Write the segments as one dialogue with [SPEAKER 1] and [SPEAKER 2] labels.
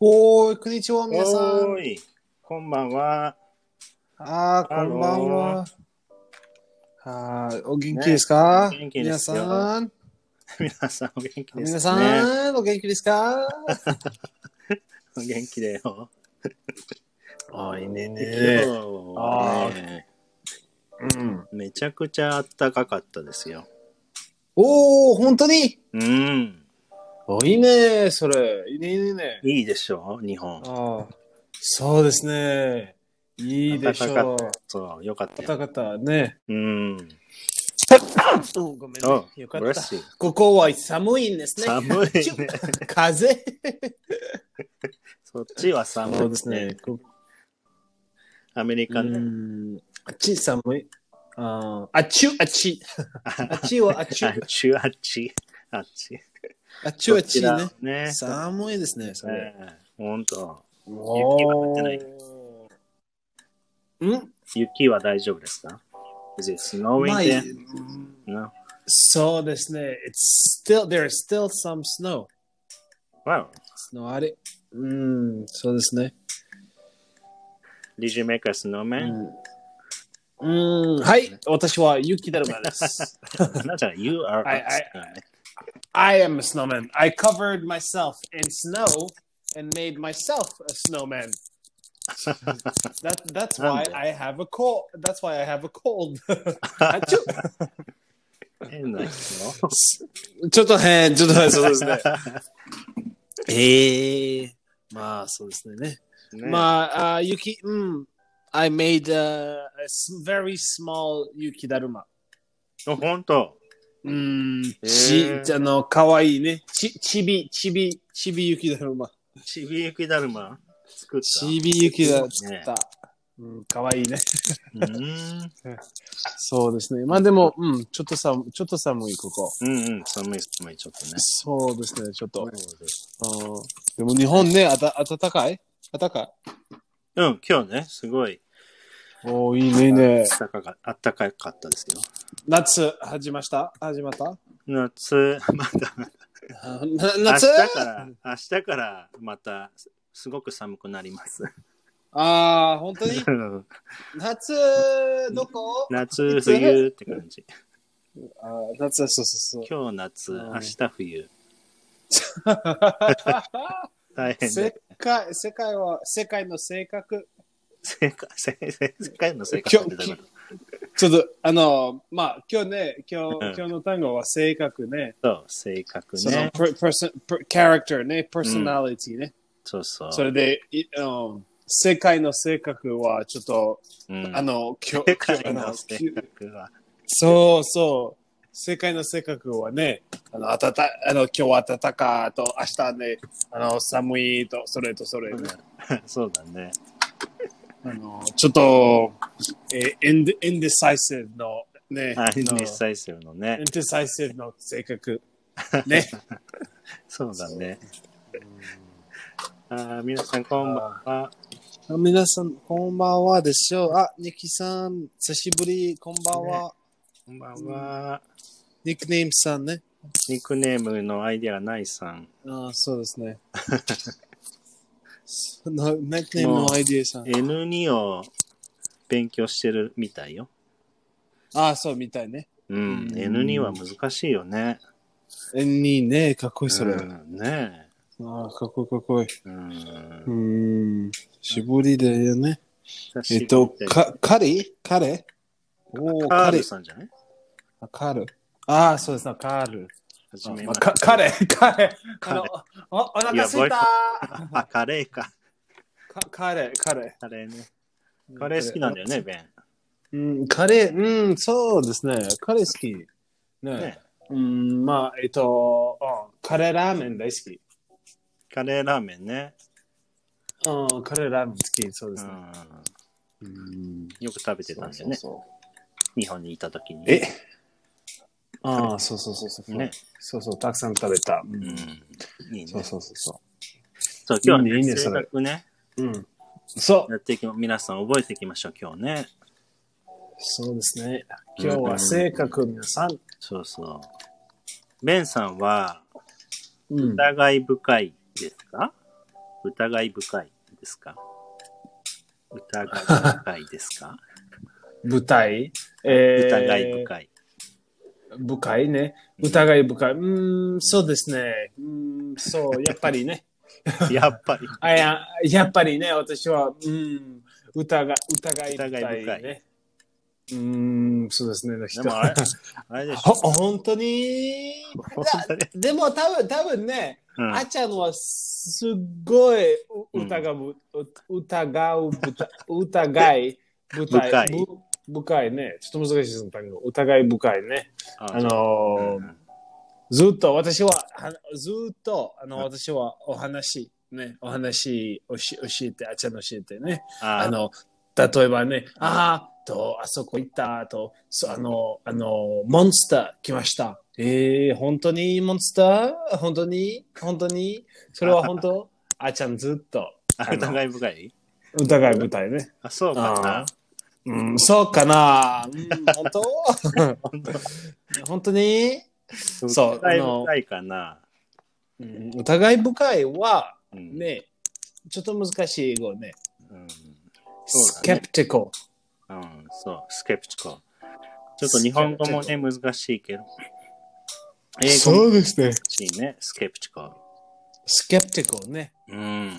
[SPEAKER 1] おーい、こんにちは、皆さん。
[SPEAKER 2] おーい、こんばんは。
[SPEAKER 1] あー、こ
[SPEAKER 2] ハロー
[SPEAKER 1] んばんは。はーい、お元気ですか、
[SPEAKER 2] ねお元気で
[SPEAKER 1] 皆
[SPEAKER 2] すよ
[SPEAKER 1] さん、
[SPEAKER 2] 皆さんお元気です、ね、
[SPEAKER 1] 皆さん、お元気です か
[SPEAKER 2] お元気だよ。
[SPEAKER 1] あー、いいねね
[SPEAKER 2] 今
[SPEAKER 1] あ
[SPEAKER 2] 日ね
[SPEAKER 1] うん。
[SPEAKER 2] めちゃくちゃあったかかったですよ。
[SPEAKER 1] おー、本当に
[SPEAKER 2] うん。
[SPEAKER 1] おいいね、それ。いいね、いいね。
[SPEAKER 2] いいでしょ日本。
[SPEAKER 1] あー、そうですね。いいでしょう。
[SPEAKER 2] そう、よかったよ。
[SPEAKER 1] 方々ね。
[SPEAKER 2] う
[SPEAKER 1] う
[SPEAKER 2] ん。
[SPEAKER 1] ん、ごめん
[SPEAKER 2] お
[SPEAKER 1] ね。よかっ
[SPEAKER 2] 嬉
[SPEAKER 1] た。
[SPEAKER 2] しい。
[SPEAKER 1] ここは寒いんですね。
[SPEAKER 2] 寒いね。
[SPEAKER 1] 風。
[SPEAKER 2] そっちは寒い。
[SPEAKER 1] そうですね。。こ
[SPEAKER 2] アメリ
[SPEAKER 1] う
[SPEAKER 2] カね。
[SPEAKER 1] ん、あっち寒い。あーあっちゅあっち。あっちはあっちゅ
[SPEAKER 2] あ。っち、あっち。あっち。
[SPEAKER 1] あっちゅあっち
[SPEAKER 2] こ
[SPEAKER 1] ね
[SPEAKER 2] ち。らね。
[SPEAKER 1] 寒いですね、それ。
[SPEAKER 2] ねほんと。
[SPEAKER 1] お
[SPEAKER 2] 降ってない
[SPEAKER 1] ーん
[SPEAKER 2] 雪は大丈夫ですか ?Is it
[SPEAKER 1] ま
[SPEAKER 2] snowing
[SPEAKER 1] あ
[SPEAKER 2] there? No.
[SPEAKER 1] そうですね。It's still, there's still some snow.
[SPEAKER 2] Wow.
[SPEAKER 1] Snow あれ。うん、そうですね。
[SPEAKER 2] Did you make a
[SPEAKER 1] う
[SPEAKER 2] snowman?
[SPEAKER 1] ん、うんはい、私は雪だるまです。
[SPEAKER 2] あなた、You are a
[SPEAKER 1] はいはい
[SPEAKER 2] snowman.
[SPEAKER 1] I am a snowman. I covered myself in snow and made myself a snowman. that that's why
[SPEAKER 2] Sounds good.
[SPEAKER 1] I have a cold. That's why I have a cold. ち
[SPEAKER 2] 変な人。
[SPEAKER 1] ょっと変、ちょっと変、そうですね。ええまあそうですね
[SPEAKER 2] ね
[SPEAKER 1] まあ、あ雪、うん。I mm, made uh, a, a s- very small 雪だるま。
[SPEAKER 2] あ本当。
[SPEAKER 1] うん、
[SPEAKER 2] へ
[SPEAKER 1] ち、
[SPEAKER 2] ー
[SPEAKER 1] あの、かわいいね。ち、ちび、ちび、ちび雪だるま。
[SPEAKER 2] ちびゆきだるま作った。
[SPEAKER 1] ちびゆきが作った。うん、かわいいね。
[SPEAKER 2] うーん。
[SPEAKER 1] そうですね。まあでも、うん、ちょっと寒い、ちょっと寒い、ここ。
[SPEAKER 2] うんうん、寒い寒い、ちょっとね。
[SPEAKER 1] そうですね、ちょっと。うん
[SPEAKER 2] う
[SPEAKER 1] でも日本ね、あた、暖かい暖かい
[SPEAKER 2] ん、今日ね、すごい
[SPEAKER 1] おー、いいね、いいね。
[SPEAKER 2] あったかかあったかかったですよ。
[SPEAKER 1] 夏、始ました始まった
[SPEAKER 2] 夏、まだ、
[SPEAKER 1] あ
[SPEAKER 2] 明
[SPEAKER 1] 夏
[SPEAKER 2] 日から、明日からまたすすごく寒くなり ます。
[SPEAKER 1] あー、本当 に
[SPEAKER 2] うん
[SPEAKER 1] 夏、どこ
[SPEAKER 2] 夏、冬って感じ。
[SPEAKER 1] あー夏、そう そうそう。
[SPEAKER 2] 今日夏、
[SPEAKER 1] うん
[SPEAKER 2] 明日冬。大変で
[SPEAKER 1] 世界、世界は、世界の性格。
[SPEAKER 2] 世界 世界世界の世界
[SPEAKER 1] 今
[SPEAKER 2] っ
[SPEAKER 1] 日
[SPEAKER 2] てどういうこ
[SPEAKER 1] ちょっと、あの、まあ、今日ね、今日
[SPEAKER 2] う
[SPEAKER 1] 今
[SPEAKER 2] ん、
[SPEAKER 1] 日の単語は性格ね。
[SPEAKER 2] とそう、性格
[SPEAKER 1] その
[SPEAKER 2] ね。
[SPEAKER 1] プ、プス、プ、キャラクターね、パーソナリティね。
[SPEAKER 2] そうそう。
[SPEAKER 1] それで、いあの世界の性格はちょっと、
[SPEAKER 2] うん
[SPEAKER 1] あの、今日
[SPEAKER 2] 世、
[SPEAKER 1] 今日あ
[SPEAKER 2] 界の
[SPEAKER 1] の、
[SPEAKER 2] 性格は。
[SPEAKER 1] そうそう。世界の性格はね、あの、暖かあの今日は暖かと、明日はね、あの、寒いと、それとそれ、ね。
[SPEAKER 2] そうだ ね。
[SPEAKER 1] あの、ちょっと、えー、インディデサイセブの、ね、
[SPEAKER 2] あイ
[SPEAKER 1] デ
[SPEAKER 2] ンディサイセブのね。
[SPEAKER 1] サイセブの性格。ね。
[SPEAKER 2] そうだね。あー皆さん、こんばんは。
[SPEAKER 1] 皆さん、こんばんはでしょう。あ、ニキさん、久しぶり、こんばんは。
[SPEAKER 2] こんばんは。
[SPEAKER 1] ニックネームさんね。
[SPEAKER 2] ニックネームのアイデアないさん。
[SPEAKER 1] ああ、そうです ね。そのニックネームのアイディアさん。
[SPEAKER 2] N2 を勉強してるみたいよ。
[SPEAKER 1] ああ、そう、みたいね。
[SPEAKER 2] うん。
[SPEAKER 1] うん
[SPEAKER 2] N2 は難しいよね。
[SPEAKER 1] にね、かっこいい、それ。
[SPEAKER 2] う
[SPEAKER 1] あ
[SPEAKER 2] んね
[SPEAKER 1] あ、かっこいい、かっこいい。
[SPEAKER 2] え。う。
[SPEAKER 1] うんーん。絞りだよね。えっと、
[SPEAKER 2] カ
[SPEAKER 1] か、カリカレおお、カ
[SPEAKER 2] ー
[SPEAKER 1] リ
[SPEAKER 2] ル。さんじゃない
[SPEAKER 1] あカル。ああ、そうですね、カル。
[SPEAKER 2] はじ
[SPEAKER 1] あ
[SPEAKER 2] め
[SPEAKER 1] ま
[SPEAKER 2] ま
[SPEAKER 1] あ
[SPEAKER 2] して
[SPEAKER 1] かカレー、カレー。あ
[SPEAKER 2] カレー
[SPEAKER 1] のおお腹す
[SPEAKER 2] い
[SPEAKER 1] い
[SPEAKER 2] や
[SPEAKER 1] た
[SPEAKER 2] あ、カレーか。
[SPEAKER 1] か カレー、カレ
[SPEAKER 2] カレーね。
[SPEAKER 1] ー。
[SPEAKER 2] カレー好きなんだよね、ベン。
[SPEAKER 1] うん、カレー、うん、そうですね。カレー好き。ね。
[SPEAKER 2] ね
[SPEAKER 1] うん、まあ、えっと、うんカレーラーメン大好き。
[SPEAKER 2] カレーラーメンね。
[SPEAKER 1] うん、カレーラーメン好き、そうで
[SPEAKER 2] う
[SPEAKER 1] すね。
[SPEAKER 2] ん。
[SPEAKER 1] うん、
[SPEAKER 2] よく食べてたんだよね。
[SPEAKER 1] そう
[SPEAKER 2] 日本にいたときに。
[SPEAKER 1] えああ、そうそうそうそう。
[SPEAKER 2] ね。
[SPEAKER 1] そうそう、たくさん食べた。う。
[SPEAKER 2] うんん。いいね。
[SPEAKER 1] そうそうそうそ
[SPEAKER 2] そう、今日
[SPEAKER 1] い
[SPEAKER 2] はい
[SPEAKER 1] ねいい
[SPEAKER 2] ね、
[SPEAKER 1] ねそ
[SPEAKER 2] 性
[SPEAKER 1] れ
[SPEAKER 2] 格ね、
[SPEAKER 1] う。うん。そう。
[SPEAKER 2] やっていき、皆さん覚えていきましょう、今日ね。
[SPEAKER 1] そうですね。今日は性格、皆さん。
[SPEAKER 2] そうそう。ベンさんは、
[SPEAKER 1] うん。
[SPEAKER 2] 疑い深いですか疑い深いですか疑い深いですか
[SPEAKER 1] 舞台、 えー、
[SPEAKER 2] 疑い深い。
[SPEAKER 1] 深いね。疑い深い。うーん、そうですね。うーん、そう、やっぱりね。
[SPEAKER 2] やっ ぱり。
[SPEAKER 1] あややっぱりね、私は、うん、疑疑い深い、ね。
[SPEAKER 2] 疑い深い
[SPEAKER 1] うん、そうですね。人
[SPEAKER 2] でもあれ、あれでし
[SPEAKER 1] ほ
[SPEAKER 2] ょ。
[SPEAKER 1] 本当に
[SPEAKER 2] 本当に
[SPEAKER 1] だでも多分、多分ね、
[SPEAKER 2] うん
[SPEAKER 1] あちゃんはすっごいう疑う、う疑う、ぶた疑い、ぶた
[SPEAKER 2] 深い
[SPEAKER 1] ぶ深いね。ちょっと難しいですね、単語。疑い深いね。あのー
[SPEAKER 2] うん
[SPEAKER 1] ずっと私は、はずっと、あの、
[SPEAKER 2] はい
[SPEAKER 1] 私はお話、ね、お話をし教えて、あちゃんの教えてね。
[SPEAKER 2] あ
[SPEAKER 1] あ
[SPEAKER 2] の、
[SPEAKER 1] の、例えばね、ああ、と、あそこ行った、と、そあの、あの、モンスター来ました。えー、本当にモンスター本当に本当にそれは本 当あちゃんずっと。あの
[SPEAKER 2] 疑い深い
[SPEAKER 1] 疑い舞台ね。
[SPEAKER 2] あ、そう
[SPEAKER 1] あ
[SPEAKER 2] か
[SPEAKER 1] うん、そうかな、うん、本 当本当に
[SPEAKER 2] な。
[SPEAKER 1] そう
[SPEAKER 2] 疑い
[SPEAKER 1] あの
[SPEAKER 2] 深いかな。
[SPEAKER 1] うん疑い深いは、
[SPEAKER 2] うん。
[SPEAKER 1] ね、ちょっと難しい英語ね。
[SPEAKER 2] うん。
[SPEAKER 1] ス
[SPEAKER 2] そう
[SPEAKER 1] ケ
[SPEAKER 2] だね
[SPEAKER 1] プティコ
[SPEAKER 2] うん、そう、スケプチコ。ちょっと日本語もね、難しいけど。英語も
[SPEAKER 1] うですね。
[SPEAKER 2] 難しいね、スケプチコ。
[SPEAKER 1] スケプティコね。
[SPEAKER 2] うん。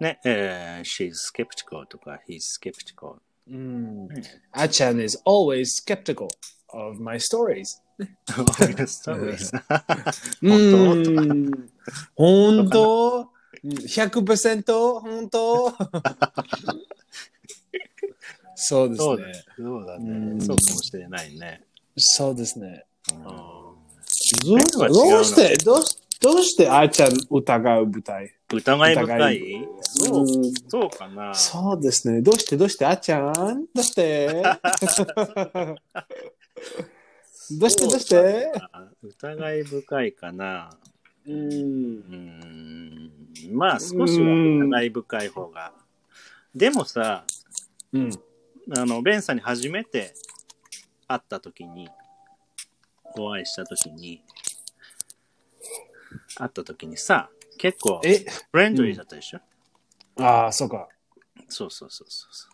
[SPEAKER 2] ね、えー、she's skeptical とか、he's skeptical。
[SPEAKER 1] うん。Achan is always skeptical of my stories. うん。本当 ?100% 本 当そうです
[SPEAKER 2] そう
[SPEAKER 1] ね。
[SPEAKER 2] そうだ
[SPEAKER 1] う
[SPEAKER 2] ね。
[SPEAKER 1] ん
[SPEAKER 2] そうかもしれないね。
[SPEAKER 1] そうですね。
[SPEAKER 2] うん
[SPEAKER 1] どう
[SPEAKER 2] えは違うの
[SPEAKER 1] どうして、どうしどうしてあーちゃん疑う舞台
[SPEAKER 2] 疑い深いそう
[SPEAKER 1] うん
[SPEAKER 2] そうかな。
[SPEAKER 1] そうですね。どうしてどうしてあっちゃんどうして どうしてどうして
[SPEAKER 2] 疑い深いかな。
[SPEAKER 1] う。
[SPEAKER 2] うんーんまあ少しは疑い深い方が。でもさ、
[SPEAKER 1] うん。
[SPEAKER 2] あの、ベンさんに初めて会った時に、お会いした時に、会った時にさ、結構
[SPEAKER 1] え、
[SPEAKER 2] フレンドリーだったでしょ、
[SPEAKER 1] ああ、そうか。
[SPEAKER 2] そうそうそうそうそ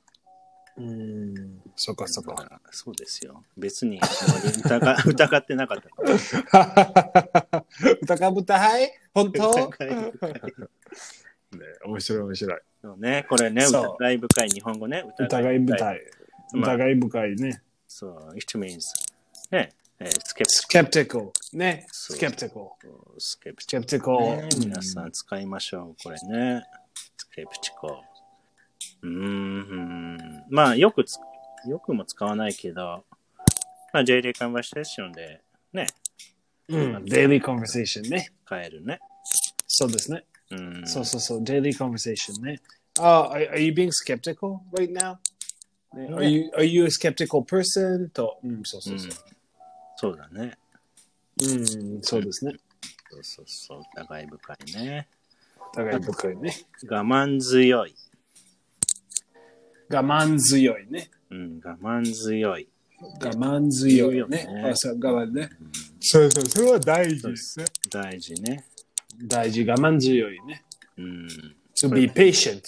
[SPEAKER 2] う。
[SPEAKER 1] うん。そうか、そう
[SPEAKER 2] だ
[SPEAKER 1] か。
[SPEAKER 2] らそうですよ。別に疑 疑ってなかったから。
[SPEAKER 1] 疑う舞台本当ね
[SPEAKER 2] 疑い深い
[SPEAKER 1] 面白い、面白い。
[SPEAKER 2] そうね、これね、
[SPEAKER 1] そう
[SPEAKER 2] 疑い深い日本語ね。
[SPEAKER 1] 疑い舞。台。
[SPEAKER 2] まあ
[SPEAKER 1] 疑い深いね。
[SPEAKER 2] そう、it means ね、えー、スケプ
[SPEAKER 1] skeptical。ね。
[SPEAKER 2] そう
[SPEAKER 1] skeptical。
[SPEAKER 2] スケプチ
[SPEAKER 1] skeptical
[SPEAKER 2] ね。皆さん使いましょう、これね。スケプチコ。うーん。まあ、よくつ、よくも使わないけど、まあ、JD カンバーセッションでね、
[SPEAKER 1] うん。daily conversation ね。
[SPEAKER 2] 使えるね。
[SPEAKER 1] そうですね。
[SPEAKER 2] うん。
[SPEAKER 1] そうそうそう、daily conversation ね。あ、are, are you being skeptical right now? ね Are you, are you a skeptical person? と、うん、そうそうそう。
[SPEAKER 2] そうだね。
[SPEAKER 1] うん、そうですね。
[SPEAKER 2] そうそうそう。疑い深いね。
[SPEAKER 1] 互い深いね。
[SPEAKER 2] 我慢強い。
[SPEAKER 1] 我慢強いね。
[SPEAKER 2] うん、我慢強い。
[SPEAKER 1] 我慢強い
[SPEAKER 2] 強い
[SPEAKER 1] ね。
[SPEAKER 2] よね
[SPEAKER 1] あそう我慢ね。そうそう、それは大事
[SPEAKER 2] です
[SPEAKER 1] ね。
[SPEAKER 2] 大事ね。
[SPEAKER 1] 大事、我慢強いね。
[SPEAKER 2] うん。
[SPEAKER 1] to be patient。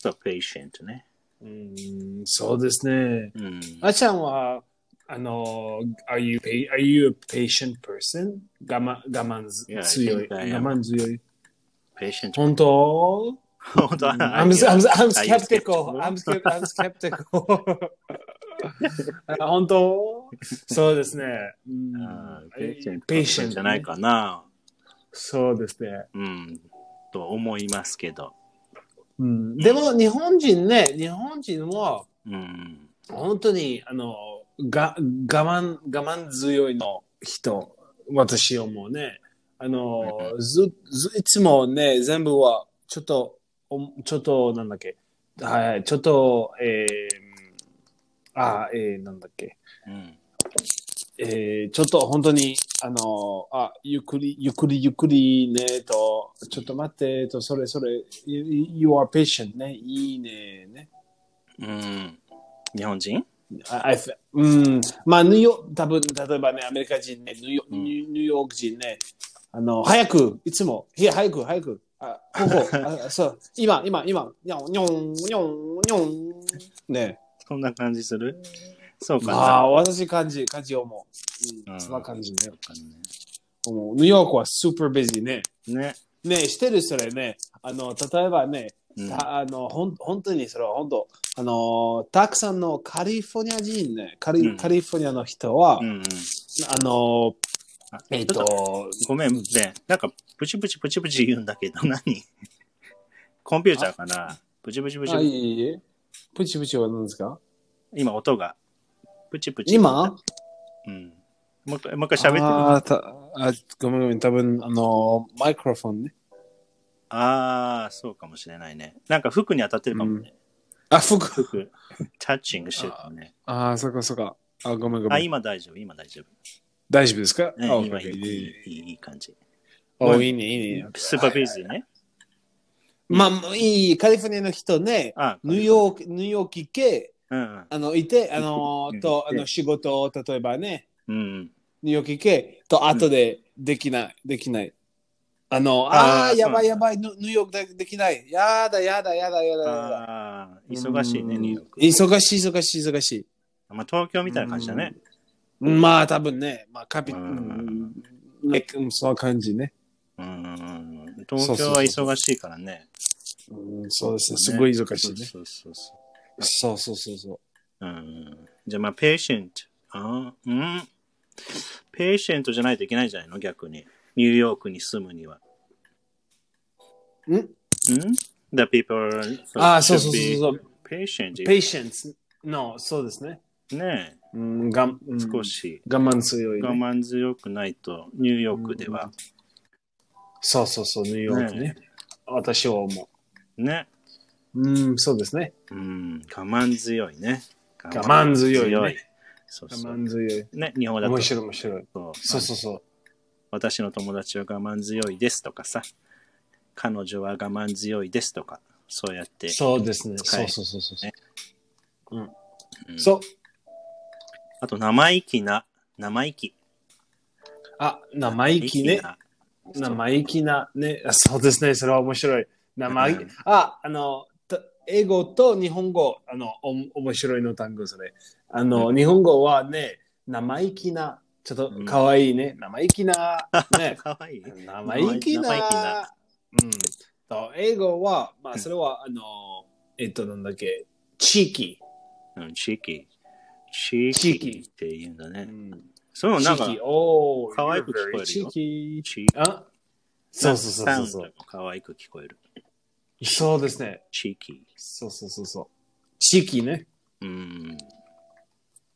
[SPEAKER 2] そう、patient ね。
[SPEAKER 1] うん、そうですね。
[SPEAKER 2] うん。
[SPEAKER 1] あちゃんは、あの、are you, pa- are you a patient person? 我慢我慢
[SPEAKER 2] や
[SPEAKER 1] 強い。
[SPEAKER 2] いや
[SPEAKER 1] 我
[SPEAKER 2] いや
[SPEAKER 1] 慢強い。
[SPEAKER 2] patient
[SPEAKER 1] 本当
[SPEAKER 2] 本当
[SPEAKER 1] I'm, I'm, I'm
[SPEAKER 2] Are you
[SPEAKER 1] skeptical. I'm, skept- I'm skeptical. あ本当そうですね。うん
[SPEAKER 2] ああ、ペーシェント
[SPEAKER 1] patient
[SPEAKER 2] じゃないかな、
[SPEAKER 1] そうですね。
[SPEAKER 2] うん、と思いますけど。
[SPEAKER 1] うん、でも日本人ね、日本人は
[SPEAKER 2] うん、
[SPEAKER 1] 本当にあのが我慢我慢強いの人、私はもうね、あのずずいつもね、全部はちょっと、おちょっとなんだっけ、はい、ちょっと、えー、あ、えー、なんだっけ、
[SPEAKER 2] うん、
[SPEAKER 1] えー、ちょっと本当に、あの、あ、ゆっくり、ゆっくり、ゆっくりね、と、ちょっと待って、と、それ、それ、you you are patient ね、いいね、ね。
[SPEAKER 2] うん。日本人
[SPEAKER 1] I, I, fe- うん、まあ、ニューヨーク、多分例えばね、アメリカ人ね、ニューヨ,、
[SPEAKER 2] うん
[SPEAKER 1] ニューニューヨーク人ね、あの、早く、いつも、いや、早く、早く、あ、ここ、 あそう、今、今、今、にょん、にょん、にょん、にょん。ね
[SPEAKER 2] そんな感じするそうかな。
[SPEAKER 1] ああ、私感じ、感じ思う。う、
[SPEAKER 2] うんん
[SPEAKER 1] そんな感じね。
[SPEAKER 2] そうか
[SPEAKER 1] 思う。ニューヨークはスーパービジーね。
[SPEAKER 2] ね。ね。
[SPEAKER 1] ねしてるそれね。あの、例えばね、
[SPEAKER 2] うん
[SPEAKER 1] たあの、ほん、本当にそれは本当、あの、たくさんのカリフォルニア人ね、カリ、
[SPEAKER 2] うん
[SPEAKER 1] カリフォルニアの人は、
[SPEAKER 2] うんうん。
[SPEAKER 1] あの、
[SPEAKER 2] あ
[SPEAKER 1] えっ、
[SPEAKER 2] ちょっと
[SPEAKER 1] と、
[SPEAKER 2] ごめん、ベン。なんか、プチプチプチプチ言うんだけど、 何コンピューターかなプチプチプチ
[SPEAKER 1] あ、いえいえ。プチプチは何ですか
[SPEAKER 2] 今音が。プチプチ。
[SPEAKER 1] 今
[SPEAKER 2] うん。もう一回もう一回喋ってる。
[SPEAKER 1] あーたあ、ごめんごめん、多分、あの、マイクロフォンね。
[SPEAKER 2] ああ、そうかもしれないね。なんか服に当たってるかもね。
[SPEAKER 1] あ、服。
[SPEAKER 2] 服、タッチングしてるかもね。
[SPEAKER 1] あー、そっかそっか。あ、ごめんご
[SPEAKER 2] あ、
[SPEAKER 1] めん。
[SPEAKER 2] 今大丈夫、今大丈
[SPEAKER 1] 大丈夫ですか
[SPEAKER 2] 夫。ね
[SPEAKER 1] あ
[SPEAKER 2] 今
[SPEAKER 1] OK OK
[SPEAKER 2] いいい
[SPEAKER 1] い
[SPEAKER 2] いいいいい感じ。
[SPEAKER 1] お、いいね、いいね。
[SPEAKER 2] スーパービーズね。
[SPEAKER 1] まあ、いい、カリフォルニアの人ね、
[SPEAKER 2] あ、
[SPEAKER 1] ニューヨーク、ニューヨーク行け、
[SPEAKER 2] うんうん。
[SPEAKER 1] あの、いて、あの
[SPEAKER 2] う、ん
[SPEAKER 1] と、あ
[SPEAKER 2] うん
[SPEAKER 1] の、仕事を、例えばね、
[SPEAKER 2] うんうん。
[SPEAKER 1] ニューヨーク行け、と、後でできない、できない。あの、あ
[SPEAKER 2] あー
[SPEAKER 1] あー、やばい
[SPEAKER 2] そ
[SPEAKER 1] やばい、ニュニューヨークでできない。やだやだやだやだやだ。
[SPEAKER 2] ああ、忙しいね、
[SPEAKER 1] うん
[SPEAKER 2] ニューヨーク。
[SPEAKER 1] 忙しい、忙しい、忙しい。
[SPEAKER 2] まあ、東京みたいな感じだね。
[SPEAKER 1] うんまあ、多分ね、まあ、カピ、う
[SPEAKER 2] うん
[SPEAKER 1] ん、ねうんその感じね。
[SPEAKER 2] うんうんうん。東京は忙しいからね。
[SPEAKER 1] うん、そうですね、
[SPEAKER 2] そう
[SPEAKER 1] す
[SPEAKER 2] ね
[SPEAKER 1] ごい忙しいね。
[SPEAKER 2] そうそうそ
[SPEAKER 1] そうそうそうそう。
[SPEAKER 2] う。うんうん。じゃあ、まあ、ペーシェント。あーうん。ペーシェントじゃないといけないんじゃないの逆に。ニューヨークに住むには。
[SPEAKER 1] ん
[SPEAKER 2] The people
[SPEAKER 1] ああ、そうそうそうそう。
[SPEAKER 2] patient.
[SPEAKER 1] patience の、そうですね。
[SPEAKER 2] ね
[SPEAKER 1] うん、がんうん
[SPEAKER 2] 少し
[SPEAKER 1] 我慢強い、
[SPEAKER 2] 我
[SPEAKER 1] ね。
[SPEAKER 2] 慢強くないと、ニューヨークでは。
[SPEAKER 1] そうそうそう、ニューヨークね。私は思
[SPEAKER 2] ね。
[SPEAKER 1] う。うん、そうですね。
[SPEAKER 2] うん、我慢強いね。我
[SPEAKER 1] 我慢強いね
[SPEAKER 2] そう
[SPEAKER 1] 我
[SPEAKER 2] そう。
[SPEAKER 1] 慢強い。
[SPEAKER 2] ね、日本だと
[SPEAKER 1] 面。白い、面白い。
[SPEAKER 2] そう
[SPEAKER 1] そうそうそう。
[SPEAKER 2] 私の友達は我慢強いですとかさ。彼女は我慢強いですとか。そうやって。
[SPEAKER 1] そうですね。
[SPEAKER 2] 使
[SPEAKER 1] そう
[SPEAKER 2] え
[SPEAKER 1] そうそうそう。
[SPEAKER 2] ね
[SPEAKER 1] うん
[SPEAKER 2] うん
[SPEAKER 1] そう。
[SPEAKER 2] あと、生意気な。生意気。
[SPEAKER 1] あ、生意気ね。
[SPEAKER 2] な
[SPEAKER 1] 生意気な、ね。あそうですね。それは面白い。生意気
[SPEAKER 2] うん。
[SPEAKER 1] あ、あの、た英語と日本語、あの、おも面白いの単語、それ。あの、日本語はね、生意気な、ちょっと可愛いね。生意気な、 ね。
[SPEAKER 2] かわいい。
[SPEAKER 1] 生意気な。
[SPEAKER 2] 生意気な
[SPEAKER 1] うん。と英語は、まあ、それは、あの、えっと、なんだっけ、地域。
[SPEAKER 2] うん、地域。地域って言うんだね。そうう、
[SPEAKER 1] ん、
[SPEAKER 2] なんか
[SPEAKER 1] 地、域。おー
[SPEAKER 2] 可愛く聞こえるよ
[SPEAKER 1] you're very 地域。
[SPEAKER 2] 地域。
[SPEAKER 1] あそうそうそうそう
[SPEAKER 2] サウンド
[SPEAKER 1] そう
[SPEAKER 2] も。可愛く聞こえる。
[SPEAKER 1] そうですね。
[SPEAKER 2] 地域。
[SPEAKER 1] そうそうそうそう。地域ね。
[SPEAKER 2] うん。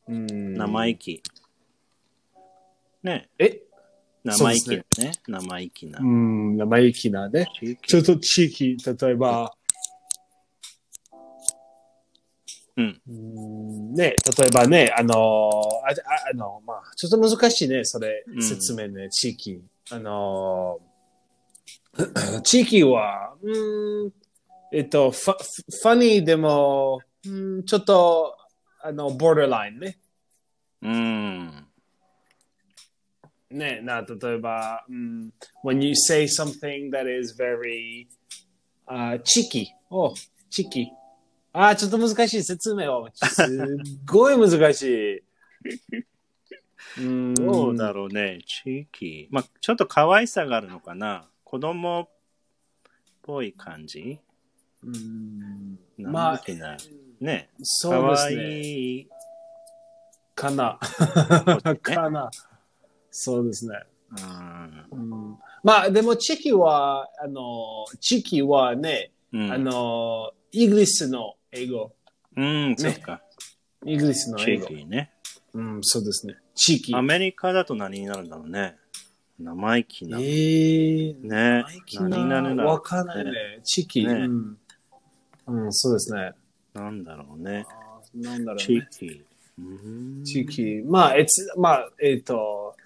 [SPEAKER 1] うん
[SPEAKER 2] 生意気。ね
[SPEAKER 1] え
[SPEAKER 2] 生意気なね。生意気な
[SPEAKER 1] う。ん、生意気なね。
[SPEAKER 2] 地域
[SPEAKER 1] ちょっと地域、例えば、
[SPEAKER 2] うん。
[SPEAKER 1] うんね、例えばね、あのー、あああの、まあ、ちょっと難しいね、それ、
[SPEAKER 2] うん
[SPEAKER 1] 説明ね、地域。あの ー、地域は、うん、えっと、ファファニーでも、うん、ちょっと、あの、ボーダーラインね。
[SPEAKER 2] うん。
[SPEAKER 1] ね、な、例えば、うん、when you say something that is very, あ、チキ。お、チキ。あー、ちょっと難しい説明を。すっごい難しい。うん、
[SPEAKER 2] どうだろうね。地域。まあ、ちょっと可愛さがあるのかな。子供っぽい感じ。
[SPEAKER 1] うんまあ
[SPEAKER 2] 生意、気な。ね。
[SPEAKER 1] そうで
[SPEAKER 2] 可
[SPEAKER 1] す
[SPEAKER 2] 愛
[SPEAKER 1] ね。
[SPEAKER 2] い。
[SPEAKER 1] かな。
[SPEAKER 2] うですね
[SPEAKER 1] かな。そうですね。
[SPEAKER 2] うん。
[SPEAKER 1] うん、まあ、でも、チキは、あの、チキはね、
[SPEAKER 2] うん
[SPEAKER 1] あの、イギリスの英語。
[SPEAKER 2] うん、そっか。
[SPEAKER 1] イギリスの
[SPEAKER 2] 地
[SPEAKER 1] 英語。
[SPEAKER 2] 域ね。
[SPEAKER 1] うん、そうですね。地域。
[SPEAKER 2] アメリカだと何になるんだろうね。生意気な。ね
[SPEAKER 1] えー、
[SPEAKER 2] 何
[SPEAKER 1] 生意気
[SPEAKER 2] にな
[SPEAKER 1] な。
[SPEAKER 2] るな
[SPEAKER 1] わかんないね。地域。
[SPEAKER 2] ね
[SPEAKER 1] うん、うん、そうですね。
[SPEAKER 2] なんだろうね。
[SPEAKER 1] あーなんだろう
[SPEAKER 2] 地
[SPEAKER 1] ね。
[SPEAKER 2] 域。うーん
[SPEAKER 1] 地。域。まあ、えつ、まあ、えっ、と、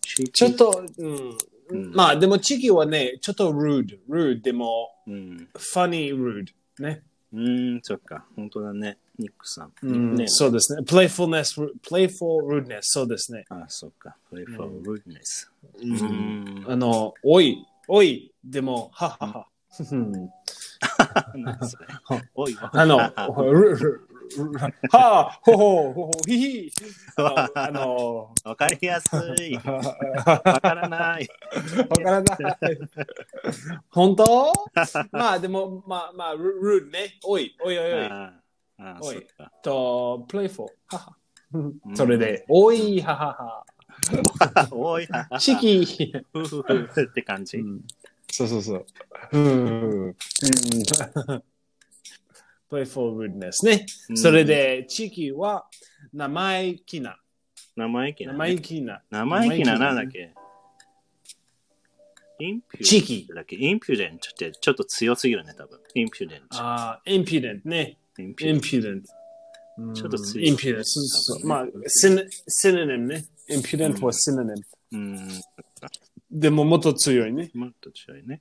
[SPEAKER 2] 地域。
[SPEAKER 1] ちょっ。と、うん。
[SPEAKER 2] うん
[SPEAKER 1] まあ、でも地域はね、ちょっと rude。rude でも、
[SPEAKER 2] うん。
[SPEAKER 1] funny rude。ね。
[SPEAKER 2] うーん、そっか。本当だね。ニックさん。
[SPEAKER 1] うん、
[SPEAKER 2] ね。
[SPEAKER 1] そうですね。playfulness, ru- playful rudeness。そうですね。
[SPEAKER 2] あ、そっか。プレフォールネス。
[SPEAKER 1] う
[SPEAKER 2] うーん。
[SPEAKER 1] あの、おい、おい、でも、ははは。
[SPEAKER 2] 何 それおい、
[SPEAKER 1] あ の、
[SPEAKER 2] わか
[SPEAKER 1] ルルルルはあ、ほほ、ほほ、ひひ。あ の、
[SPEAKER 2] わかりやすい。
[SPEAKER 1] あの
[SPEAKER 2] わからない。
[SPEAKER 1] わからない。本当まあでも、まあまあ、ルルールね。おい、おいおいおい。
[SPEAKER 2] あーあー、
[SPEAKER 1] おい
[SPEAKER 2] そっか。
[SPEAKER 1] と、プレイフォー。はは
[SPEAKER 2] ん
[SPEAKER 1] それで、おい、ははは。
[SPEAKER 2] おい、
[SPEAKER 1] チキ。
[SPEAKER 2] ふふふって感じ。
[SPEAKER 1] そうそうそう。うん。プレイフォールールですね。
[SPEAKER 2] うん
[SPEAKER 1] それ、で、チキは生意気な。
[SPEAKER 2] 生意気なね。
[SPEAKER 1] 生意気な。
[SPEAKER 2] 生意気な、なんだっけインピュ
[SPEAKER 1] チーキ
[SPEAKER 2] だっけインピュデントってちょっと強すぎるね、多分。インピュデント。
[SPEAKER 1] ああ、インピデントね。
[SPEAKER 2] インピ
[SPEAKER 1] イ
[SPEAKER 2] ュ
[SPEAKER 1] ンピデント。
[SPEAKER 2] ちょっと強い
[SPEAKER 1] インピデント。そうそうそうまあ、シネシネネムね。インピデントはシネネム。
[SPEAKER 2] うん、
[SPEAKER 1] でも、もっと強いね。
[SPEAKER 2] もっと強いね。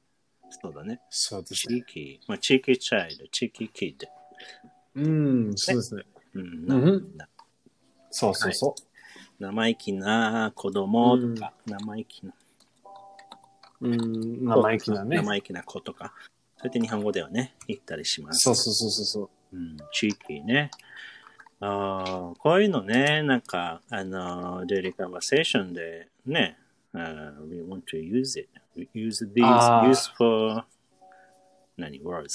[SPEAKER 2] そうだね。
[SPEAKER 1] そうで
[SPEAKER 2] チ。ーキー。まあ、チーキーチャイル、チーキーキッド。
[SPEAKER 1] うん、そうですね。
[SPEAKER 2] うん、
[SPEAKER 1] うんうん
[SPEAKER 2] な
[SPEAKER 1] そうそうそう。
[SPEAKER 2] 生意気な子供とか、生意気な
[SPEAKER 1] うん、生意気なね。
[SPEAKER 2] 生意気な子とか。そうやって日本語ではね、言ったりします。
[SPEAKER 1] そうそうそうそうそう。
[SPEAKER 2] うん、地域ね。ああ、こういうのね、なんか、あの、daily conversation でね、あー we want to use it. We use these,
[SPEAKER 1] あー
[SPEAKER 2] use for, 何 words?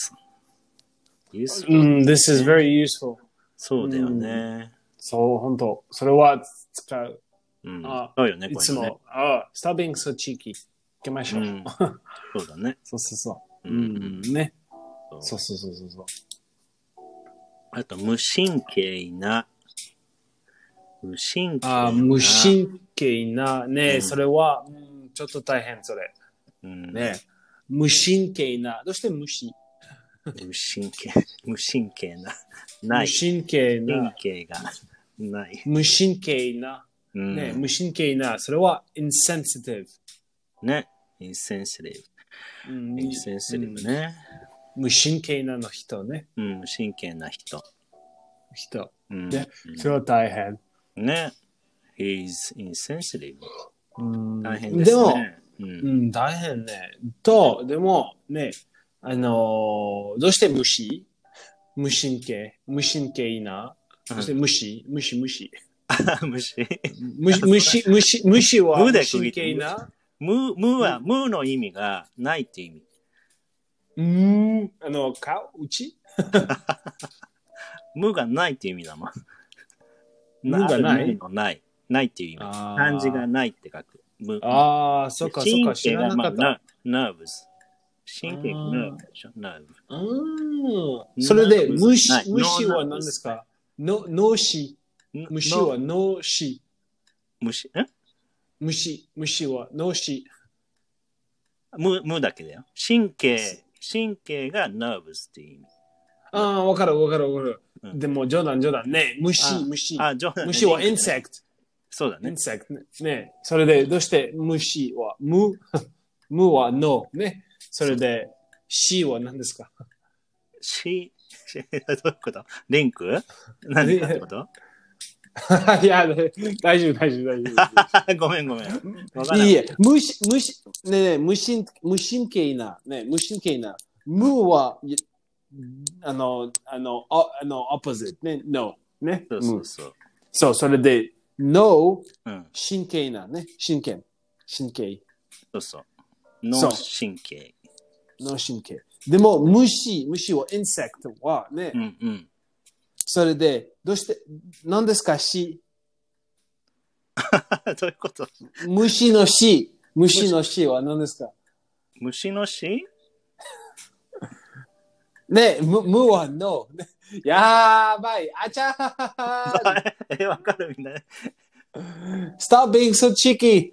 [SPEAKER 2] use
[SPEAKER 1] う
[SPEAKER 2] for,
[SPEAKER 1] ん、this is very useful.
[SPEAKER 2] そうだよね。
[SPEAKER 1] そう、本当それは使う。
[SPEAKER 2] うん。
[SPEAKER 1] あ
[SPEAKER 2] そうよね、
[SPEAKER 1] い
[SPEAKER 2] こ
[SPEAKER 1] つ
[SPEAKER 2] ういうのね。
[SPEAKER 1] も。ああ、stop being so cheeky. 行きましょう。
[SPEAKER 2] うんそうだね。
[SPEAKER 1] そうそうそうう。うん、ね。そう
[SPEAKER 2] そ
[SPEAKER 1] うそうそうそうそう。
[SPEAKER 2] あと、無神経な。無神経な。
[SPEAKER 1] あー無神経な、ね、
[SPEAKER 2] うん
[SPEAKER 1] それは、うん、ちょっと大変、それ。
[SPEAKER 2] うん
[SPEAKER 1] ね。無神経な、どうして無視
[SPEAKER 2] 無神経、 無神経な。ない。
[SPEAKER 1] 無神経
[SPEAKER 2] 神
[SPEAKER 1] な、
[SPEAKER 2] 経がない。
[SPEAKER 1] 無神経な、
[SPEAKER 2] うん
[SPEAKER 1] ね、無神経な、それは insensitive。
[SPEAKER 2] ね。インセンシテ
[SPEAKER 1] う
[SPEAKER 2] ィ
[SPEAKER 1] ん
[SPEAKER 2] ブ。インセンシティブね。
[SPEAKER 1] うん無神経なの人ね、
[SPEAKER 2] うん、無神経な人。
[SPEAKER 1] 人。
[SPEAKER 2] うん、
[SPEAKER 1] ね、それは大変。
[SPEAKER 2] ね。He's insensitive.
[SPEAKER 1] うん
[SPEAKER 2] 大変ですね。
[SPEAKER 1] も、
[SPEAKER 2] う、
[SPEAKER 1] うんん、大変ね。と、でも、ね、あのーどうして無視無神経無神経な。そして無視無視無視。
[SPEAKER 2] 無視。
[SPEAKER 1] 無視無視無視無視は
[SPEAKER 2] 無
[SPEAKER 1] 無
[SPEAKER 2] で区
[SPEAKER 1] 神
[SPEAKER 2] 切っ
[SPEAKER 1] 経
[SPEAKER 2] て
[SPEAKER 1] な。
[SPEAKER 2] 無、無は、無の意味がないって意味。
[SPEAKER 1] うん、あの、顔うち
[SPEAKER 2] 無がないって意味だもん。
[SPEAKER 1] 無がない
[SPEAKER 2] ある無のない。ないっていう意味。
[SPEAKER 1] あー
[SPEAKER 2] 漢字がないって書く。無。
[SPEAKER 1] ああ、そっかそっ
[SPEAKER 2] 神
[SPEAKER 1] か、知
[SPEAKER 2] 経
[SPEAKER 1] ら
[SPEAKER 2] が、
[SPEAKER 1] な
[SPEAKER 2] ま
[SPEAKER 1] か
[SPEAKER 2] あ、
[SPEAKER 1] った。
[SPEAKER 2] ナナーブス。神経がナーブでしょ。ナーブ。
[SPEAKER 1] うん、それで、無視
[SPEAKER 2] ない
[SPEAKER 1] 無視は何ですかの脳死。無視は脳死。
[SPEAKER 2] 無視、ん
[SPEAKER 1] 無視、無視は脳死。
[SPEAKER 2] 無無だけだよ。神経、神経が nerves っていう意味。
[SPEAKER 1] ああ、わかるわかるわかる。
[SPEAKER 2] うん
[SPEAKER 1] でも、冗談冗談ね。
[SPEAKER 2] あ
[SPEAKER 1] 虫、虫。
[SPEAKER 2] あ、冗談。
[SPEAKER 1] 虫はインセクト。
[SPEAKER 2] そうだ
[SPEAKER 1] イ
[SPEAKER 2] ね
[SPEAKER 1] ン。セクトね。ね。それで、どうして虫は 無無はノー。ね。それで、死は何ですか
[SPEAKER 2] し、し どういうことリンク何だってこと
[SPEAKER 1] いや、ね大丈夫、大丈夫、大 丈
[SPEAKER 2] ごめんごめん。わか
[SPEAKER 1] 夫。
[SPEAKER 2] らない
[SPEAKER 1] い
[SPEAKER 2] い。
[SPEAKER 1] え、虫、虫、ねえねえ、無神、無神経な、ねえ、無神経な。無は、いあの、あの、ああの、オポジットね、ノー。ね。
[SPEAKER 2] そうそうそう。
[SPEAKER 1] 無そう、それで、ノー、
[SPEAKER 2] うん、
[SPEAKER 1] 神経なね。神経。神経。
[SPEAKER 2] そうそう。
[SPEAKER 1] そ
[SPEAKER 2] 脳
[SPEAKER 1] う
[SPEAKER 2] 神経。
[SPEAKER 1] 脳神経。でも、虫、虫は、インセクトはね、
[SPEAKER 2] うんうん。
[SPEAKER 1] それで、どうして、何ですか、死。
[SPEAKER 2] どういうこと
[SPEAKER 1] 虫の死。虫の死は何ですか
[SPEAKER 2] 虫の死
[SPEAKER 1] ね、無無はノー。ね やーばい、あちゃー
[SPEAKER 2] え、わかるみんな。
[SPEAKER 1] Stop being so cheeky!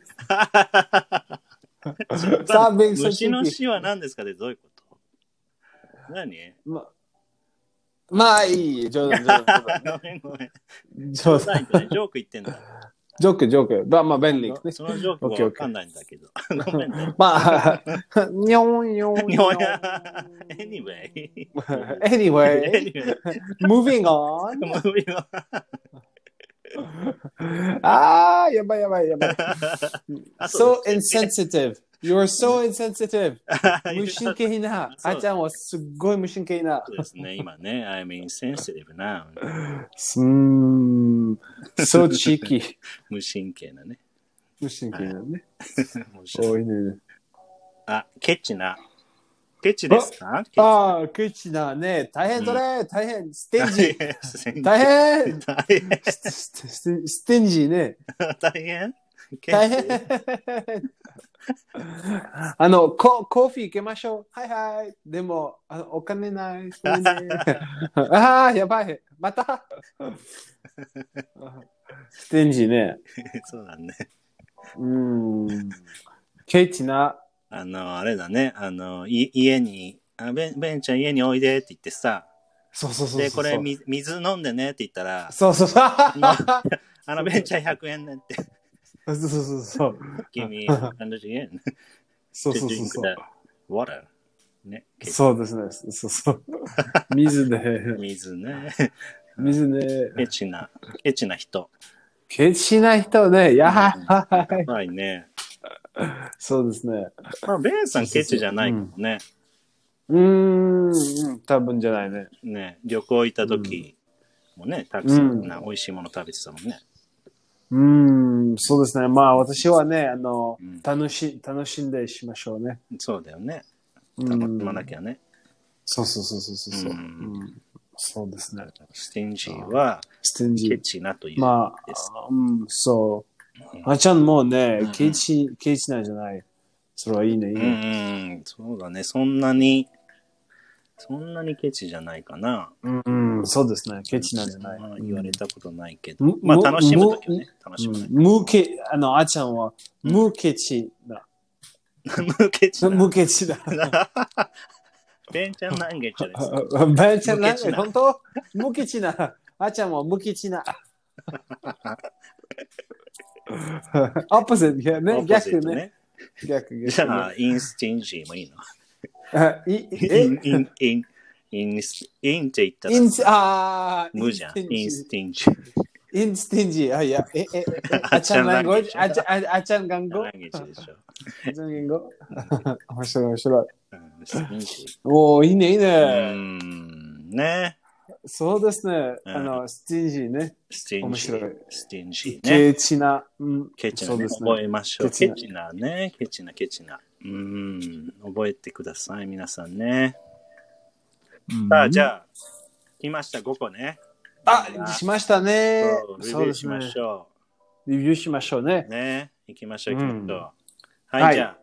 [SPEAKER 1] Stop being so
[SPEAKER 2] 虫の
[SPEAKER 1] cheeky!
[SPEAKER 2] 死は何ですかってどういうこと何
[SPEAKER 1] ままあいい、冗談、冗談。
[SPEAKER 2] ごめんごめん。
[SPEAKER 1] 冗
[SPEAKER 2] サ
[SPEAKER 1] 談
[SPEAKER 2] インとねジョーク言ってんだ。
[SPEAKER 1] ジョーク、ジョーク。まあまあ、便利。ね
[SPEAKER 2] その状況はわかんないんだけど。ごめんね。
[SPEAKER 1] まあ、にょんにょん
[SPEAKER 2] 日
[SPEAKER 1] にょ
[SPEAKER 2] 本
[SPEAKER 1] ん。
[SPEAKER 2] や。anyway。
[SPEAKER 1] anyway,
[SPEAKER 2] anyway。
[SPEAKER 1] moving on.
[SPEAKER 2] ムービーは
[SPEAKER 1] ああ、やばいやばいやばい。
[SPEAKER 2] あ
[SPEAKER 1] so
[SPEAKER 2] と
[SPEAKER 1] insensitive. You're so insensitive. 無神
[SPEAKER 2] そ
[SPEAKER 1] 経な。
[SPEAKER 2] そう
[SPEAKER 1] あちゃんはすっごい無神経な。
[SPEAKER 2] うですね、今ね、I'm insensitive now.
[SPEAKER 1] うーん。そう地域。
[SPEAKER 2] 無神経なね。
[SPEAKER 1] 無神経なね。
[SPEAKER 2] 面白い
[SPEAKER 1] 多いね。
[SPEAKER 2] あ、ケチな。ケチですかケチ
[SPEAKER 1] ああ、ケチなね。大変それ。大変。ステン ジ。
[SPEAKER 2] 大変
[SPEAKER 1] 大 変。
[SPEAKER 2] 大変
[SPEAKER 1] ステステステンジね。
[SPEAKER 2] 大変ケチ
[SPEAKER 1] 大変。あのコ、コーヒー行けましょう。はいはい。でも、あのお金ない。ごめん ねああ、やばい。また。ステンジね。
[SPEAKER 2] そうだね。
[SPEAKER 1] うーん。ケチな。
[SPEAKER 2] あの、あれだね。あの、い家に、あベン、ベンちゃん家においでって言ってさ、
[SPEAKER 1] そうそうそうそう。
[SPEAKER 2] で、これ、み水飲んでねって言ったら、
[SPEAKER 1] そうそうそう。そ
[SPEAKER 2] あの、ベンちゃん100円ね って、
[SPEAKER 1] うそうそうそう。
[SPEAKER 2] 君、100円。
[SPEAKER 1] そうそうそうそう。
[SPEAKER 2] water。ね。ケチ
[SPEAKER 1] そうですね。そうそう。水ね。
[SPEAKER 2] 水ね。
[SPEAKER 1] 水ね。
[SPEAKER 2] ケチな、ケチな人。
[SPEAKER 1] ケチな人ね。やは
[SPEAKER 2] やばいね。
[SPEAKER 1] そうですね。
[SPEAKER 2] まあ、ベンさんケチじゃないかもね。
[SPEAKER 1] うーん、多分じゃないね。
[SPEAKER 2] ね、旅行行った時もね、たくさんな美味しいもの食べてたもんね。
[SPEAKER 1] うーん、そうですね。まあ私はね、あの、
[SPEAKER 2] うん
[SPEAKER 1] 楽し、楽しんでしましょうね。
[SPEAKER 2] そうだよね。
[SPEAKER 1] う
[SPEAKER 2] 楽し
[SPEAKER 1] ん
[SPEAKER 2] まなきゃね。
[SPEAKER 1] そうそうそうそうそう。
[SPEAKER 2] うん
[SPEAKER 1] うんそうですね。
[SPEAKER 2] ステンジーは
[SPEAKER 1] ステンジ
[SPEAKER 2] ケ
[SPEAKER 1] ー。
[SPEAKER 2] チなという。
[SPEAKER 1] ま
[SPEAKER 2] です
[SPEAKER 1] あ、うん、そう
[SPEAKER 2] う。ん
[SPEAKER 1] あちゃんもね
[SPEAKER 2] うん、
[SPEAKER 1] ケチ、ケチなんじゃない。それはいいね、いい
[SPEAKER 2] うん
[SPEAKER 1] ね。
[SPEAKER 2] うん、そうだね。そんなに、そんなにケチじゃないかな。
[SPEAKER 1] うん、うんそうですね。ケチなんじゃない
[SPEAKER 2] まあ。言われたことないけ
[SPEAKER 1] う
[SPEAKER 2] ど
[SPEAKER 1] ん。
[SPEAKER 2] まあ、
[SPEAKER 1] も
[SPEAKER 2] 楽しむときはね。楽
[SPEAKER 1] う
[SPEAKER 2] しむ
[SPEAKER 1] ん
[SPEAKER 2] ね。
[SPEAKER 1] 無ケ、あの、あちゃんは、
[SPEAKER 2] うん
[SPEAKER 1] 無ケチだ。
[SPEAKER 2] 無ケチな。
[SPEAKER 1] 無ケチだ。
[SPEAKER 2] ベンチャー何ケチですか。
[SPEAKER 1] バイちゃんなん
[SPEAKER 2] 無口
[SPEAKER 1] で
[SPEAKER 2] な
[SPEAKER 1] 本当無口な。あーちゃんも無口 な。オッポセット ね。
[SPEAKER 2] オポジ
[SPEAKER 1] 逆
[SPEAKER 2] ット
[SPEAKER 1] ね。。逆逆。
[SPEAKER 2] じゃあ、インステンジーもいいの
[SPEAKER 1] あ、い
[SPEAKER 2] イ
[SPEAKER 1] え
[SPEAKER 2] ン、イン、イン、インス、インって言った
[SPEAKER 1] イン
[SPEAKER 2] ら
[SPEAKER 1] ス、あー
[SPEAKER 2] 無じゃん。イ
[SPEAKER 1] イ
[SPEAKER 2] ン
[SPEAKER 1] ン
[SPEAKER 2] ス
[SPEAKER 1] ス
[SPEAKER 2] テンジー。
[SPEAKER 1] インステンジ。あ、いや、え、え、 え、あーちゃん言語あーちゃん、あーちゃん言語あ
[SPEAKER 2] ランゲージでしょ。
[SPEAKER 1] ーちゃん言語 面白い面白い。
[SPEAKER 2] うん、ステンジ
[SPEAKER 1] おー、いいねいい
[SPEAKER 2] ー。う
[SPEAKER 1] ね。
[SPEAKER 2] ーん、ね。
[SPEAKER 1] そうですね。
[SPEAKER 2] うん
[SPEAKER 1] あの、ステンジね。
[SPEAKER 2] ステン
[SPEAKER 1] 面
[SPEAKER 2] ジ
[SPEAKER 1] 白い
[SPEAKER 2] ー。ステンジーね。
[SPEAKER 1] ケチな。うん
[SPEAKER 2] ケチ
[SPEAKER 1] そ
[SPEAKER 2] な、
[SPEAKER 1] う
[SPEAKER 2] ね、
[SPEAKER 1] です
[SPEAKER 2] 覚
[SPEAKER 1] ね。
[SPEAKER 2] えましょう。
[SPEAKER 1] ケチ
[SPEAKER 2] ケ
[SPEAKER 1] な
[SPEAKER 2] チなね。ケチな、ケチな。うーん、覚えてください、皆さんね。さあ、じ
[SPEAKER 1] あ。
[SPEAKER 2] ゃあ、来ました、5個ね。
[SPEAKER 1] あ、しましたね
[SPEAKER 2] そう。レビ
[SPEAKER 1] そう
[SPEAKER 2] ュー
[SPEAKER 1] で
[SPEAKER 2] し
[SPEAKER 1] すね
[SPEAKER 2] ま。しょ
[SPEAKER 1] レビューしましょうね
[SPEAKER 2] う。。ね。行きましょう、行きましょう。
[SPEAKER 1] うん
[SPEAKER 2] はい、
[SPEAKER 1] はい
[SPEAKER 2] じゃあ、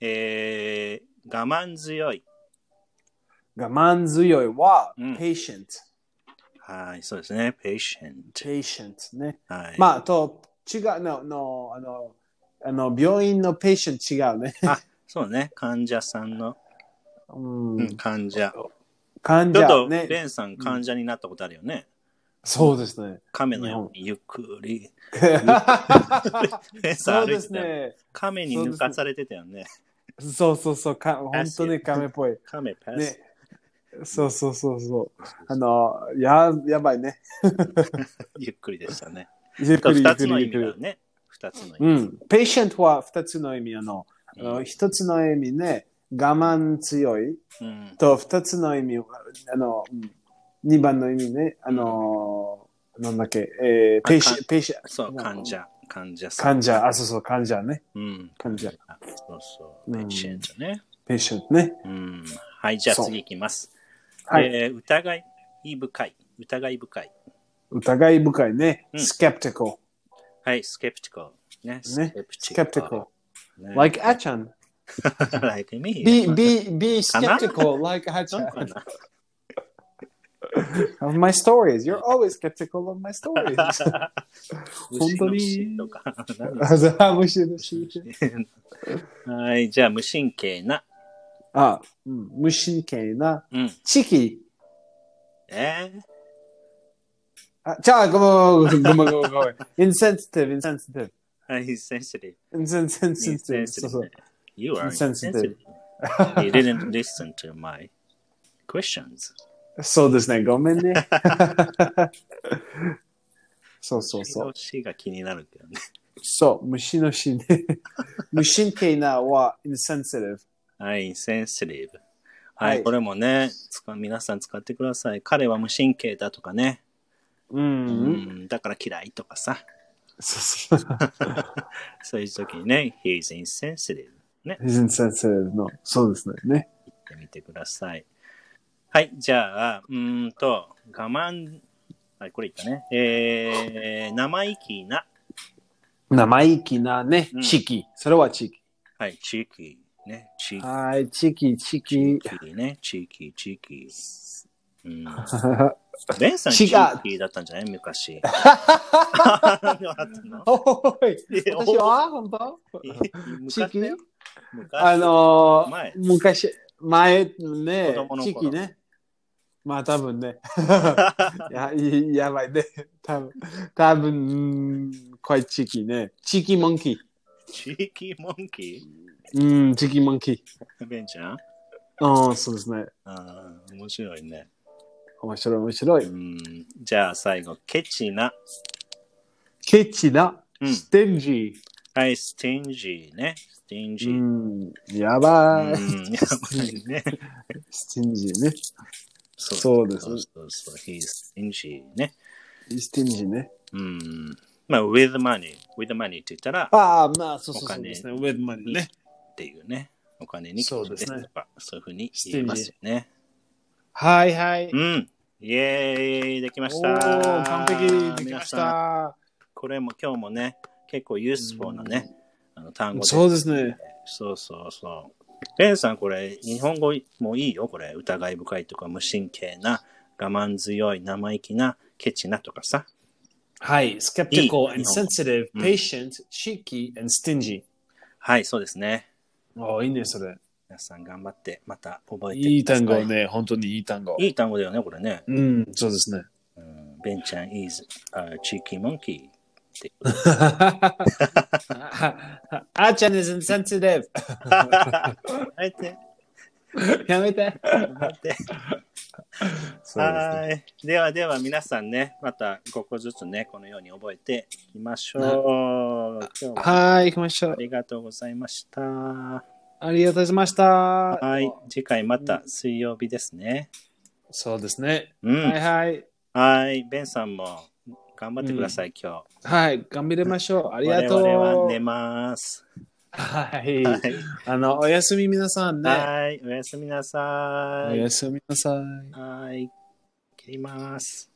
[SPEAKER 2] えー、我慢強い。
[SPEAKER 1] 我慢強いは、
[SPEAKER 2] うん
[SPEAKER 1] patient。
[SPEAKER 2] はい、そうですね。patient。
[SPEAKER 1] patient ね。
[SPEAKER 2] はい。
[SPEAKER 1] まあ、と、違うの、の、あの、あの病院の patient 違うね。
[SPEAKER 2] そうね。患者さんの、
[SPEAKER 1] う
[SPEAKER 2] うんん、、患者。
[SPEAKER 1] 患
[SPEAKER 2] ちょっ
[SPEAKER 1] 者
[SPEAKER 2] と、ベ
[SPEAKER 1] ね。
[SPEAKER 2] ンさん、患者になったことあるよね。
[SPEAKER 1] そうですね。
[SPEAKER 2] 亀のようにゆっくり。
[SPEAKER 1] そうで
[SPEAKER 2] ベンさん歩いて
[SPEAKER 1] す
[SPEAKER 2] たよ。
[SPEAKER 1] ね。
[SPEAKER 2] 亀に抜かされてたよね。
[SPEAKER 1] そうそうそう。か本当に亀っぽい。
[SPEAKER 2] 亀パ
[SPEAKER 1] ね
[SPEAKER 2] ス。。
[SPEAKER 1] そうそうそうそう。あの、や、やばいね。
[SPEAKER 2] ゆっくりでしたね。
[SPEAKER 1] ゆっくりゆっ
[SPEAKER 2] 二
[SPEAKER 1] く
[SPEAKER 2] つ
[SPEAKER 1] り
[SPEAKER 2] の
[SPEAKER 1] ゆ
[SPEAKER 2] 意
[SPEAKER 1] っく
[SPEAKER 2] 味
[SPEAKER 1] り
[SPEAKER 2] だ。ね。二つの意味。
[SPEAKER 1] うん。patient は二つの意味あの、あ
[SPEAKER 2] う
[SPEAKER 1] の
[SPEAKER 2] ん
[SPEAKER 1] 一つの意味ね、我慢強い
[SPEAKER 2] うん。
[SPEAKER 1] と二つの意味、あの、うん二番の意味ね、あの、なんだっけ、えー、
[SPEAKER 2] あ
[SPEAKER 1] ペシペシ
[SPEAKER 2] そう、患。者。患者さ
[SPEAKER 1] 患
[SPEAKER 2] ん。
[SPEAKER 1] 者、あ、そうそう、患者ね。
[SPEAKER 2] うん。
[SPEAKER 1] 患者。
[SPEAKER 2] そうそ
[SPEAKER 1] う
[SPEAKER 2] う。
[SPEAKER 1] ん
[SPEAKER 2] patient ね。
[SPEAKER 1] patient ね。
[SPEAKER 2] うん。はい、じゃあ
[SPEAKER 1] そう
[SPEAKER 2] 次行きます。
[SPEAKER 1] はい。
[SPEAKER 2] えー疑い深い。疑い深い。
[SPEAKER 1] 疑い深いね。
[SPEAKER 2] うん
[SPEAKER 1] skeptical
[SPEAKER 2] はい、スケプティコル。ね、
[SPEAKER 1] ね。skeptical。
[SPEAKER 2] ね
[SPEAKER 1] like Achan.
[SPEAKER 2] like me.
[SPEAKER 1] Be, be, be
[SPEAKER 2] かな
[SPEAKER 1] skeptical like
[SPEAKER 2] そうか
[SPEAKER 1] Achan
[SPEAKER 2] な
[SPEAKER 1] of my stories. You're always skeptical of my stories. 本当に
[SPEAKER 2] 牛の死とか
[SPEAKER 1] あ、むしろし。
[SPEAKER 2] はい、じゃあ無神経な。
[SPEAKER 1] あ、うん、無神経な。
[SPEAKER 2] うん。
[SPEAKER 1] チキ。
[SPEAKER 2] えー、
[SPEAKER 1] あ、じゃあ、ごめんごめんごめんごめん。insensitive, insensitive.
[SPEAKER 2] はい、insensitive.
[SPEAKER 1] insensitive. そうそう
[SPEAKER 2] insensitive. You are insensitive.
[SPEAKER 1] Insensitive.
[SPEAKER 2] You didn't listen to my questions.
[SPEAKER 1] そうですね、ごめんね。そうそうそう。
[SPEAKER 2] 死が気になるけどね。
[SPEAKER 1] そう、虫の死ね。無神経なは insensitive。
[SPEAKER 2] はい、センシティブ。
[SPEAKER 1] は
[SPEAKER 2] はいい、これもね、使う皆さん使ってください。彼は無神経だとかね。
[SPEAKER 1] う。
[SPEAKER 2] うんん、だから嫌いとかさ。
[SPEAKER 1] そうそう。
[SPEAKER 2] そういう時にね、he's insensitive。ね、言
[SPEAKER 1] He's insensitive の。そうですね。ね。
[SPEAKER 2] ってみてください。はい、じゃあ、うーんと、我慢、はい、これいったね。えー、生意気な、
[SPEAKER 1] 生意気なね
[SPEAKER 2] う、ん
[SPEAKER 1] チキ。それはチキ。
[SPEAKER 2] はい、地域、ね、地域、
[SPEAKER 1] はい、チキ、チキ。
[SPEAKER 2] 地域ね、地域、地域。 うん、ベンさん、
[SPEAKER 1] 違う
[SPEAKER 2] 地域だったんじゃない昔。 あの
[SPEAKER 1] おい
[SPEAKER 2] いや
[SPEAKER 1] 私は本当
[SPEAKER 2] 昔だ
[SPEAKER 1] 地
[SPEAKER 2] よ
[SPEAKER 1] 域
[SPEAKER 2] 昔
[SPEAKER 1] あのー
[SPEAKER 2] 前、
[SPEAKER 1] 昔、前ね
[SPEAKER 2] 子供、の頃
[SPEAKER 1] チキね。まあ多分 ね。やいやばいね。多分多分、うんこれチキね。チキモンキー。
[SPEAKER 2] 地域モンキ
[SPEAKER 1] うん、チキモンキ
[SPEAKER 2] ーベンちゃん
[SPEAKER 1] ー。うん、そうですね。
[SPEAKER 2] あー面白いね。
[SPEAKER 1] 面白い、面白
[SPEAKER 2] う
[SPEAKER 1] い。
[SPEAKER 2] んじゃあ最後、ケチな。
[SPEAKER 1] ケチな、
[SPEAKER 2] うん
[SPEAKER 1] ステンジ
[SPEAKER 2] はい、ステンジーね。ステンジ
[SPEAKER 1] ー。う
[SPEAKER 2] ー。
[SPEAKER 1] ん、やば
[SPEAKER 2] う
[SPEAKER 1] い。
[SPEAKER 2] ん、やばいね。
[SPEAKER 1] ステンジーね。
[SPEAKER 2] そう
[SPEAKER 1] そうです
[SPEAKER 2] そうそうそう。He's stingy ね。
[SPEAKER 1] ステンジーね。
[SPEAKER 2] うん。まあ、with money。with money って言ったら、
[SPEAKER 1] ああ、まあ、そうそうそ
[SPEAKER 2] お金
[SPEAKER 1] うですね。ウェブマニね。
[SPEAKER 2] っていうね。お金に
[SPEAKER 1] そうですね
[SPEAKER 2] とか、そういうふうに言いますよね。
[SPEAKER 1] はいはい。
[SPEAKER 2] うん。イエーイできまし
[SPEAKER 1] お
[SPEAKER 2] た
[SPEAKER 1] ー完璧できまし
[SPEAKER 2] 皆さん
[SPEAKER 1] た。
[SPEAKER 2] これも今日もね、結構ユースフォーなね、あの単語
[SPEAKER 1] そうですね。
[SPEAKER 2] そうそうそう。ベンさん、これ、日本語もいいよ、これ。疑い深いとか、無神経な、我慢強い、生意気な、ケチなとかさ。
[SPEAKER 1] はい。skeptical and
[SPEAKER 2] いい
[SPEAKER 1] sensitive,
[SPEAKER 2] うん
[SPEAKER 1] patient, cheeky and stingy。
[SPEAKER 2] はい、そうですね。
[SPEAKER 1] おーいいね、それ。
[SPEAKER 2] 皆さん頑張って、また覚えてください。
[SPEAKER 1] いい単語。ね、本当にいい単語。
[SPEAKER 2] いい単語だよね、これね。
[SPEAKER 1] うん、そうですね。
[SPEAKER 2] うん、ベンちゃん is a cheeky monkey.
[SPEAKER 1] あーちゃん is insensitive.
[SPEAKER 2] あえて、
[SPEAKER 1] やめて。
[SPEAKER 2] あえて。はい。ではでは皆さんね、また5個ずつね、このように覚えていきましょう。今日は
[SPEAKER 1] はい、行きましょ
[SPEAKER 2] あ
[SPEAKER 1] う。
[SPEAKER 2] りがとうございました。は
[SPEAKER 1] ありがとうございました。
[SPEAKER 2] い。次回また水曜日ですね。
[SPEAKER 1] そうですね。
[SPEAKER 2] う
[SPEAKER 1] はい
[SPEAKER 2] ん。
[SPEAKER 1] はい。
[SPEAKER 2] はい。ベンさんも頑張ってください、今
[SPEAKER 1] はい、頑張りましょう。あ
[SPEAKER 2] 日。
[SPEAKER 1] りがとう。
[SPEAKER 2] 我々は寝ます。
[SPEAKER 1] はい。
[SPEAKER 2] はい。
[SPEAKER 1] あの、おやすみ皆さんね。
[SPEAKER 2] はい。おやすみなさ
[SPEAKER 1] お
[SPEAKER 2] い。
[SPEAKER 1] やすみなさい。
[SPEAKER 2] はい。切ります。